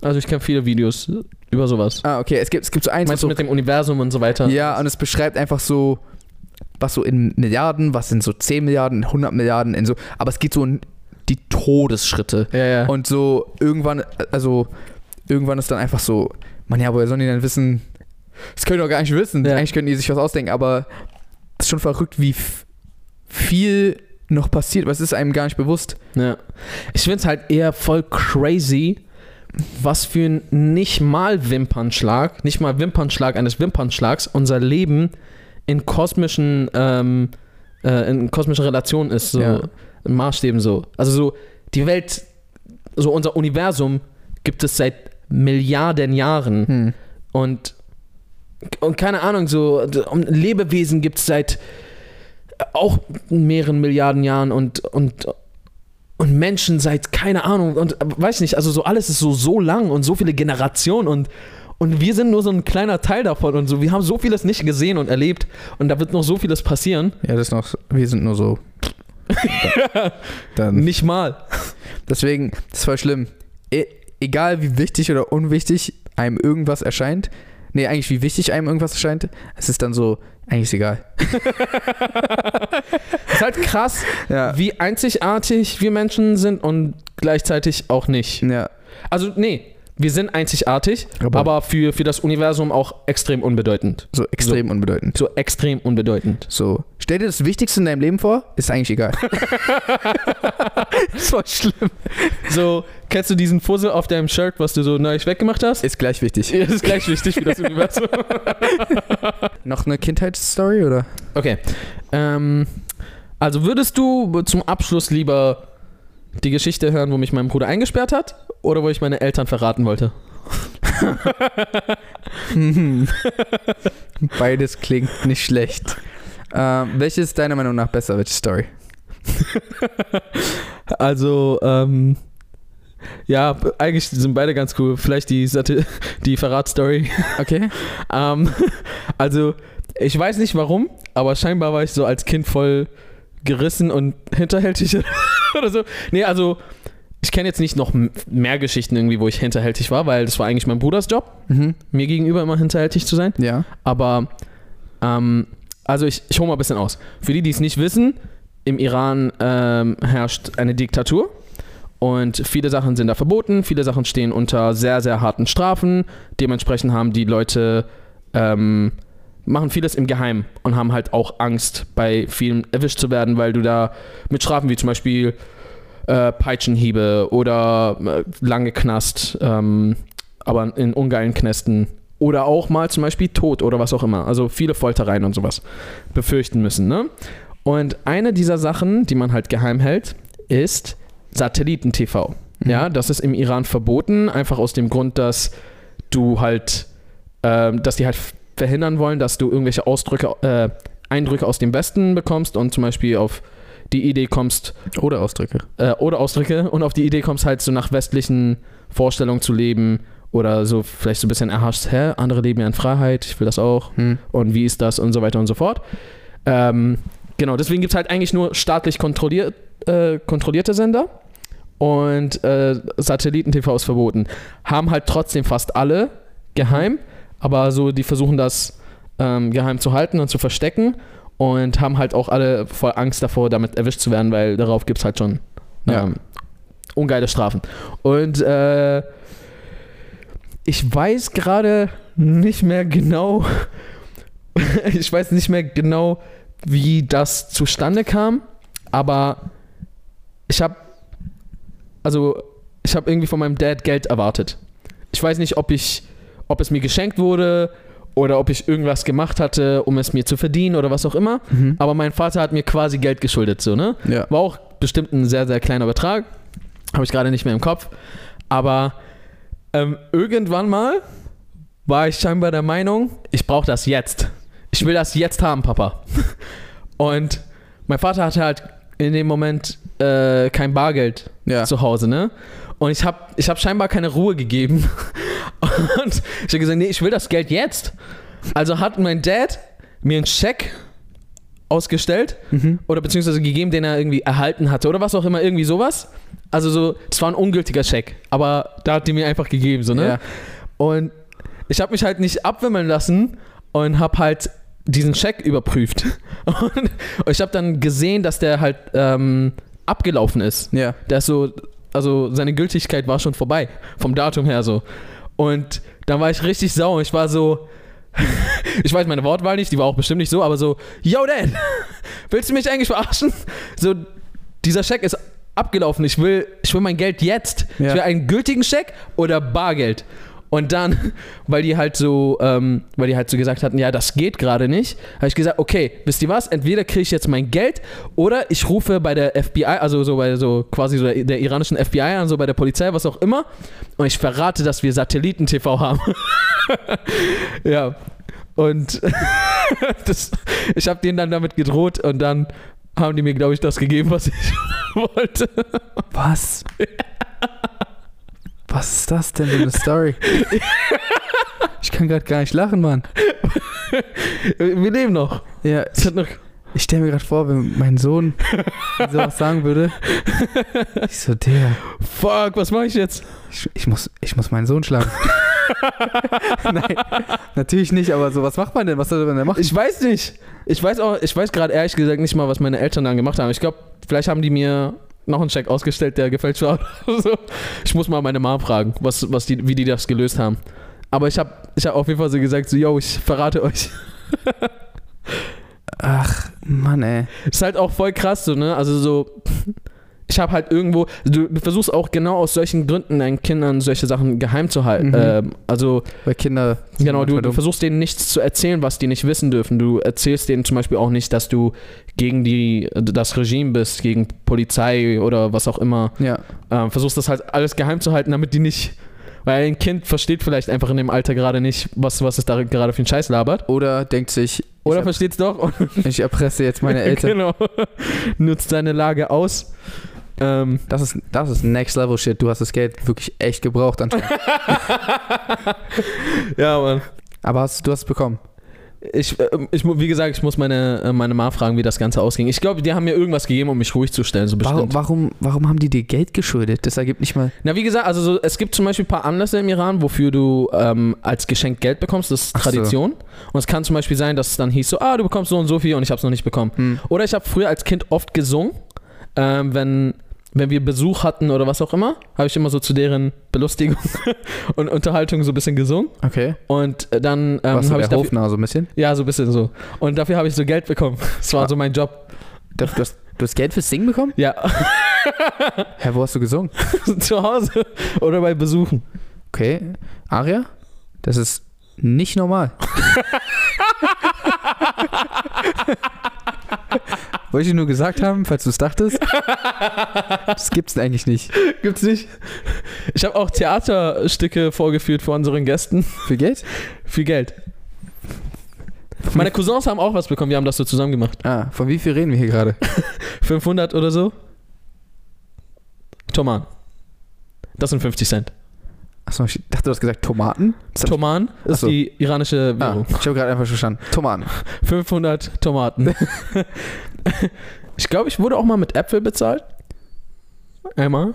Also ich kenne viele Videos über sowas. Ah, okay, es gibt, es gibt so eins, was Meinst du so, mit dem Universum und so weiter? ja, und es beschreibt einfach so, was so in Milliarden, was in so 10 Milliarden, 100 Milliarden, in so, aber es geht so in die Todesschritte. Ja, ja. Und so irgendwann, also irgendwann ist dann einfach so, man, ja, woher sollen die denn wissen? Das können die doch gar nicht wissen. Ja. Eigentlich können die sich was ausdenken, aber es ist schon verrückt, wie f- viel noch passiert, was ist einem gar nicht bewusst. ja. Ich finde es halt eher voll crazy, was für ein nicht mal Wimpernschlag, nicht mal Wimpernschlag eines Wimpernschlags unser Leben in kosmischen, ähm, äh, in kosmischer Relation ist, so Ja. in Maßstäben so. Also so die Welt, so unser Universum gibt es seit Milliarden Jahren. Hm. Und, und keine Ahnung, so d- um, Lebewesen gibt es seit auch mehreren Milliarden Jahren und, und, und Menschen seit keine Ahnung und äh, weiß nicht, also so alles ist so, so lang und so viele Generationen und, und wir sind nur so ein kleiner Teil davon und so, wir haben so vieles nicht gesehen und erlebt und da wird noch so vieles passieren. Ja, das ist noch, wir sind nur so. dann. Nicht mal. Deswegen, das ist voll schlimm. E egal wie wichtig oder unwichtig einem irgendwas erscheint, nee, eigentlich wie wichtig einem irgendwas erscheint, es ist dann so, eigentlich ist egal. Ist halt krass, Ja. wie einzigartig wir Menschen sind und gleichzeitig auch nicht. Ja. Also, nee, wir sind einzigartig, Aber- aber, für, für das Universum auch extrem unbedeutend. So extrem unbedeutend. So extrem unbedeutend. So, stell dir das Wichtigste in deinem Leben vor, ist eigentlich egal. Das war schlimm. So, kennst du diesen Fussel auf deinem Shirt, was du so neulich weggemacht hast? Ist gleich wichtig. Das ist gleich wichtig für das Universum. Noch eine Kindheitsstory oder? Okay. Ähm, also würdest du zum Abschluss lieber die Geschichte hören, wo mich mein Bruder eingesperrt hat oder wo ich meine Eltern verraten wollte? Beides klingt nicht schlecht. Ähm, welche ist deiner Meinung nach besser? Welche Story? Also, ähm, ja, eigentlich sind beide ganz cool. Vielleicht die, Sati- die Verratstory Okay. Ähm, also, ich weiß nicht warum, aber scheinbar war ich so als Kind voll gerissen und hinterhältig oder so. Nee, also, ich kenne jetzt nicht noch m- mehr Geschichten irgendwie, wo ich hinterhältig war, weil das war eigentlich mein Bruders Job, Mhm. mir gegenüber immer hinterhältig zu sein. Ja. Aber, ähm, also ich, ich hole mal ein bisschen aus. Für die, die es nicht wissen, im Iran ähm, herrscht eine Diktatur Und viele Sachen sind da verboten, viele Sachen stehen unter sehr, sehr harten Strafen. Dementsprechend haben die Leute, ähm, machen vieles im Geheim und haben halt auch Angst, bei vielen erwischt zu werden, weil du da mit Strafen wie zum Beispiel äh, Peitschenhiebe oder äh, lange Knast, ähm, aber in ungeilen Knästen oder auch mal zum Beispiel Tod oder was auch immer. Also viele Foltereien und sowas befürchten müssen. Ne? Und eine dieser Sachen, die man halt geheim hält, ist Satelliten-TV. Mhm. Ja, das ist im Iran verboten, einfach aus dem Grund, dass du halt, ähm, dass die halt verhindern wollen, dass du irgendwelche Ausdrücke, äh, Eindrücke aus dem Westen bekommst und zum Beispiel auf die Idee kommst, Oder Ausdrücke. äh, oder Ausdrücke und auf die Idee kommst, halt so nach westlichen Vorstellungen zu leben oder so vielleicht so ein bisschen erhaschst, hä, andere leben ja in Freiheit, ich will das auch Hm. und wie ist das und so weiter und so fort. Ähm, genau, deswegen gibt es halt eigentlich nur staatlich kontrolliert, äh, kontrollierte Sender und äh, Satelliten-TV ist verboten. Haben halt trotzdem fast alle geheim, aber so die versuchen das ähm, geheim zu halten und zu verstecken und haben halt auch alle voll Angst davor, damit erwischt zu werden, weil darauf gibt es halt schon Ja. ähm, ungeile Strafen. Und äh, ich weiß gerade nicht mehr genau, ich weiß nicht mehr genau, wie das zustande kam, aber ich habe, also ich habe irgendwie von meinem Dad Geld erwartet. Ich weiß nicht, ob ich, ob es mir geschenkt wurde oder ob ich irgendwas gemacht hatte, um es mir zu verdienen oder was auch immer. Mhm. Aber mein Vater hat mir quasi Geld geschuldet, so ne? Ja. War auch bestimmt ein sehr, sehr kleiner Betrag. Habe ich gerade nicht mehr im Kopf. Aber ähm, irgendwann mal war ich scheinbar der Meinung, ich brauche das jetzt. Ich will das jetzt haben, Papa. Und mein Vater hatte halt in dem Moment äh, kein Bargeld Ja. zu Hause, ne? Und ich habe ich hab scheinbar keine Ruhe gegeben. Und ich habe gesagt, nee, ich will das Geld jetzt. Also hat mein Dad mir einen Scheck ausgestellt Mhm. oder beziehungsweise gegeben, den er irgendwie erhalten hatte oder was auch immer, irgendwie sowas. Also so, das war ein ungültiger Scheck, aber da hat die mir einfach gegeben, so, ne? Ja. Und ich habe mich halt nicht abwimmeln lassen und habe halt diesen Scheck überprüft. Und ich habe dann gesehen, dass der halt ähm, abgelaufen ist. Ja. Der ist so, also seine Gültigkeit war schon vorbei, vom Datum her so. Und dann war ich richtig sauer. Ich war so, ich weiß meine Wortwahl nicht, die war auch bestimmt nicht so, aber so, yo Dan, willst du mich eigentlich verarschen? So, dieser Scheck ist abgelaufen. Ich will, ich will mein Geld jetzt. Ja. Ich will einen gültigen Scheck oder Bargeld. Und dann, weil die halt so, ähm, weil die halt so gesagt hatten, ja, das geht gerade nicht, habe ich gesagt, okay, wisst ihr was? Entweder kriege ich jetzt mein Geld oder ich rufe bei der FBI, also so bei so quasi so der, der iranischen FBI an, so bei der Polizei, was auch immer, und ich verrate, dass wir Satelliten-TV haben. ja. Und das, ich habe denen dann damit gedroht und dann haben die mir, glaube ich, das gegeben, was ich wollte. Was? Was ist das denn für eine Story? Ich kann gerade gar nicht lachen, Mann. Wir leben noch. Ja, Es hat noch ich stelle mir gerade vor, wenn mein Sohn sowas sagen würde. Ich so, der, Fuck, was mache ich jetzt? ich, ich, muss, ich muss meinen Sohn schlagen. Nein, natürlich nicht, aber so, was macht man denn? Was soll man denn machen? Ich weiß nicht. Ich weiß auch, ich weiß gerade ehrlich gesagt nicht mal, was meine Eltern dann gemacht haben. Ich glaube, vielleicht haben die mir noch einen Scheck ausgestellt, der gefälscht war oder so. Ich muss mal meine Mom fragen, was, was die, wie die das gelöst haben. Aber ich habe ich hab auf jeden Fall so gesagt, so, yo, ich verrate euch. Ach, Mann, ey. Ist halt auch voll krass, so, ne? Also so, ich habe halt irgendwo, du, du versuchst auch genau aus solchen Gründen deinen Kindern solche Sachen geheim zu halten. Mhm. Ähm, also Weil Kinder. sind Genau, du, manchmal du dumm. versuchst denen nichts zu erzählen, was die nicht wissen dürfen. Du erzählst denen zum Beispiel auch nicht, dass du gegen die, das Regime bist, gegen Polizei oder was auch immer. Ja, Ähm, versuchst das halt alles geheim zu halten, damit die nicht. Weil ein Kind versteht vielleicht einfach in dem Alter gerade nicht, was, was es da gerade für einen Scheiß labert. oder denkt sich, Oder ich, versteht es doch und erp- ich erpresse jetzt meine Eltern. genau, nutzt seine Lage aus. Ähm, Das ist, das ist Next Level Shit. Du hast das Geld wirklich echt gebraucht anscheinend. ja, Mann. Aber hast, du hast es bekommen. Ich, äh, ich, mu- wie gesagt, ich muss meine, äh, meine Ma fragen, wie das Ganze ausging. Ich glaube, die haben mir irgendwas gegeben, um mich ruhig zu stellen, so bestimmt. Warum, warum, warum haben die dir Geld geschuldet? Das ergibt nicht mal. Na, wie gesagt, also so, es gibt zum Beispiel ein paar Anlässe im Iran, wofür du ähm, als Geschenk Geld bekommst. Das ist Ach so. Tradition. Und es kann zum Beispiel sein, dass es dann hieß so, ah, du bekommst so und so viel und ich habe es noch nicht bekommen. Hm. Oder ich habe früher als Kind oft gesungen, ähm, wenn wenn wir Besuch hatten oder was auch immer, habe ich immer so zu deren Belustigung und Unterhaltung so ein bisschen gesungen. Okay. Ähm, Und äh, dann ähm, Warst du habe ich der dafür, Hofnarr so ein bisschen? ja so ein bisschen so. Und dafür habe ich so Geld bekommen. Das war Ah. so mein Job. Du du hast, du hast Geld fürs Singen bekommen? Ja, Hä, wo hast du gesungen? zu Hause oder bei Besuchen. Okay. Aria? Das ist nicht normal. Wollte ich nur gesagt haben, falls du es dachtest. Das gibt's denn eigentlich nicht. Gibt's nicht? Ich habe auch Theaterstücke vorgeführt für unseren Gästen. Für Geld? Viel Geld. Meine Cousins haben auch was bekommen. Wir haben das so zusammen gemacht. Ah, von wie viel reden wir hier gerade? 500 oder so. Toman. Das sind 50 Cent. Achso, ich dachte, du hast gesagt Tomaten. Das hab ich- Toman Ach ist so. die iranische ah, Währung. ich habe gerade einfach verstanden. Tomaten. 500 Tomaten. ich glaube, ich wurde auch mal mit Äpfel bezahlt. Einmal.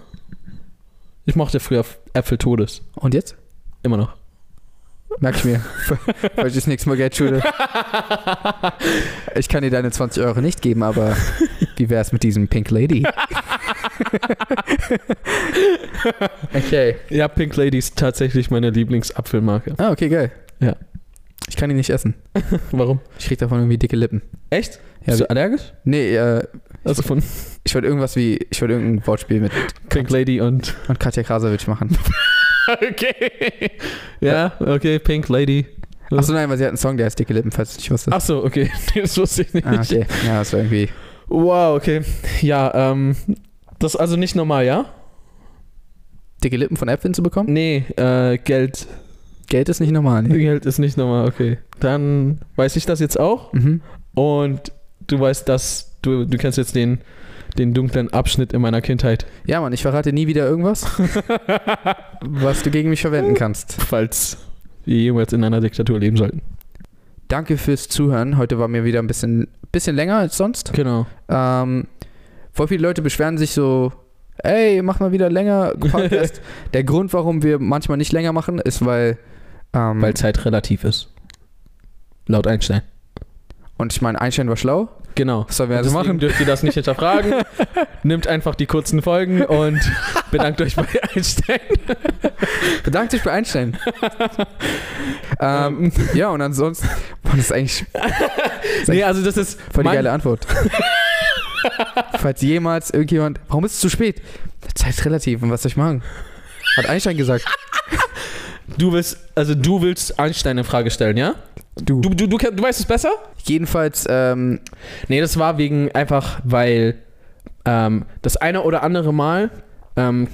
Ich mochte früher Äpfel Todes. Und jetzt? Immer noch. Merk ich mir. Weil ich das nächste Mal Geld schulde. Ich kann dir deine 20 Euro nicht geben, aber wie wär's mit diesem Pink Lady? okay. Ja, Pink Lady ist tatsächlich meine Lieblingsapfelmarke. Ah, okay, geil. Ja. Ich kann ihn nicht essen. Warum? Ich krieg davon irgendwie dicke Lippen. Echt? Ja, Bist wie, du allergisch? nee, äh, Also von ich wollte irgendwas wie, ich wollte irgendein Wortspiel mit Pink Lady und. und Katja Krasowitsch machen. Okay. Ja, okay, Pink Lady. Achso, nein, weil sie hat einen Song, der heißt Dicke Lippen, falls du nicht wusstest. Achso, okay. Das wusste ich nicht. Ah, okay. Ja, das war irgendwie. Wow, okay. Ja, ähm. Das ist also nicht normal, ja? Dicke Lippen von Äpfeln zu bekommen? Nee, äh, Geld. Geld ist nicht normal. ne? Nee. Geld ist nicht normal, okay. Dann weiß ich das jetzt auch. Mhm. Und du weißt, dass du, du kennst jetzt den, den dunklen Abschnitt in meiner Kindheit. Ja, Mann, ich verrate nie wieder irgendwas, was du gegen mich verwenden kannst. Falls wir jemals in einer Diktatur leben sollten. Danke fürs Zuhören. Heute war mir wieder ein bisschen, bisschen länger als sonst. Genau. Ähm, voll viele Leute beschweren sich so, ey, mach mal wieder länger Podcast. Der Grund, warum wir manchmal nicht länger machen, ist, weil, ähm, Weil Zeit relativ ist. Laut Einstein. und ich meine, Einstein war schlau. Genau. Was sollen wir also Deswegen machen? dürft ihr das nicht hinterfragen. Nimmt einfach die kurzen Folgen und bedankt euch bei Einstein. Bedankt euch bei Einstein. ähm, ja, und ansonsten, Mann, das ist eigentlich nee, also das ist voll die mein- geile Antwort. Falls jemals irgendjemand, warum ist es zu spät? Zeit ist relativ und was soll ich machen? Hat Einstein gesagt. Du willst, also du willst Einstein in Frage stellen, ja? Du, du, du, kenn- du weißt es besser? Jedenfalls, ähm, Nee, das war wegen einfach, weil ähm, das eine oder andere Mal ähm,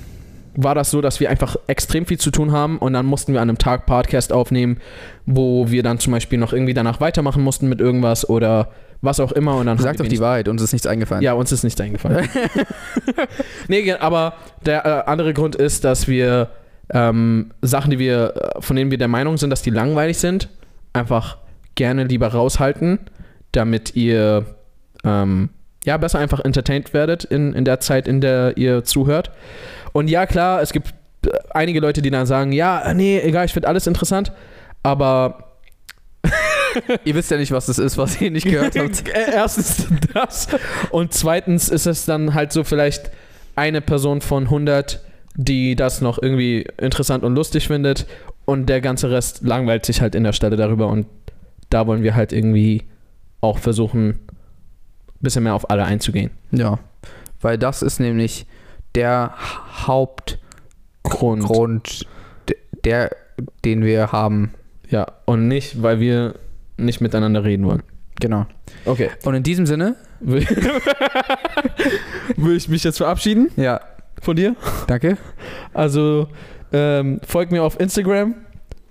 war das so, dass wir einfach extrem viel zu tun haben und dann mussten wir an einem Tag Podcast aufnehmen, wo wir dann zum Beispiel noch irgendwie danach weitermachen mussten mit irgendwas oder was auch immer und dann sag haben wir doch die Wahrheit, uns ist nichts eingefallen. Ja, uns ist nichts eingefallen. nee, ge- aber der äh, andere Grund ist, dass wir ähm, Sachen, die wir, äh, von denen wir der Meinung sind, dass die langweilig sind, einfach gerne lieber raushalten, damit ihr ähm, ja besser einfach entertained werdet in, in der Zeit, in der ihr zuhört. Und ja, klar, es gibt äh, einige Leute, die dann sagen, ja, nee, egal, ich finde alles interessant, aber Ihr wisst ja nicht, was das ist, was ihr nicht gehört habt. Äh, Erstens das. Und zweitens ist es dann halt so vielleicht eine Person von 100, die das noch irgendwie interessant und lustig findet. Und der ganze Rest langweilt sich halt in der Stelle darüber. Und da wollen wir halt irgendwie auch versuchen, ein bisschen mehr auf alle einzugehen. Ja, weil das ist nämlich der Hauptgrund, Grund. d- der, den wir haben. Ja, und nicht, weil wir nicht miteinander reden wollen. Genau. Okay. Und in diesem Sinne, Will, Will ich mich jetzt verabschieden ja, von dir? danke. Also ähm, folg mir auf Instagram,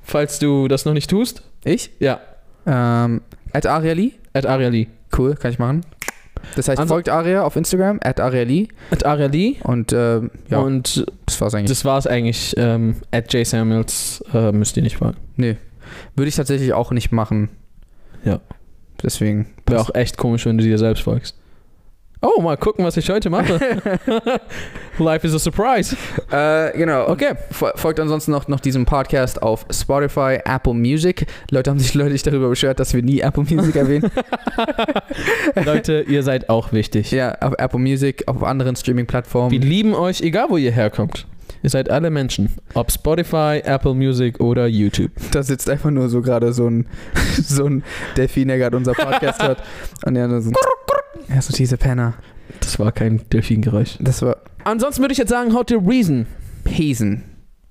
falls du das noch nicht tust. Ich? Ja, Ähm, at Ariali. at Ariali. Cool, kann ich machen. Das heißt, Anso- folgt Aria auf Instagram, at Ariali. At Ariali. Und ähm, ja, Und das war's eigentlich. das war's eigentlich. Ähm, at J. Samuels äh, müsst ihr nicht folgen. Würde ich tatsächlich auch nicht machen. Ja. Deswegen. Wäre auch echt komisch, wenn du dir selbst folgst. oh, mal gucken, was ich heute mache. Life is a surprise. Äh, genau. Okay. Fol- Folgt ansonsten noch, noch diesem Podcast auf Spotify, Apple Music. Leute haben sich neulich darüber beschwert, dass wir nie Apple Music erwähnen. Leute, ihr seid auch wichtig. ja, auf Apple Music, auf anderen Wir Streaming-Plattformen. lieben euch, egal wo ihr herkommt. Ihr seid alle Menschen. Ob Spotify, Apple Music oder YouTube. Da sitzt einfach nur so gerade so ein, so ein Delfin, der gerade unser Podcast hört. Und der nur so, ja, so diese Penner. Das war kein Delfingeräusch. Das war Ansonsten würde ich jetzt sagen, how to reason. Pesen.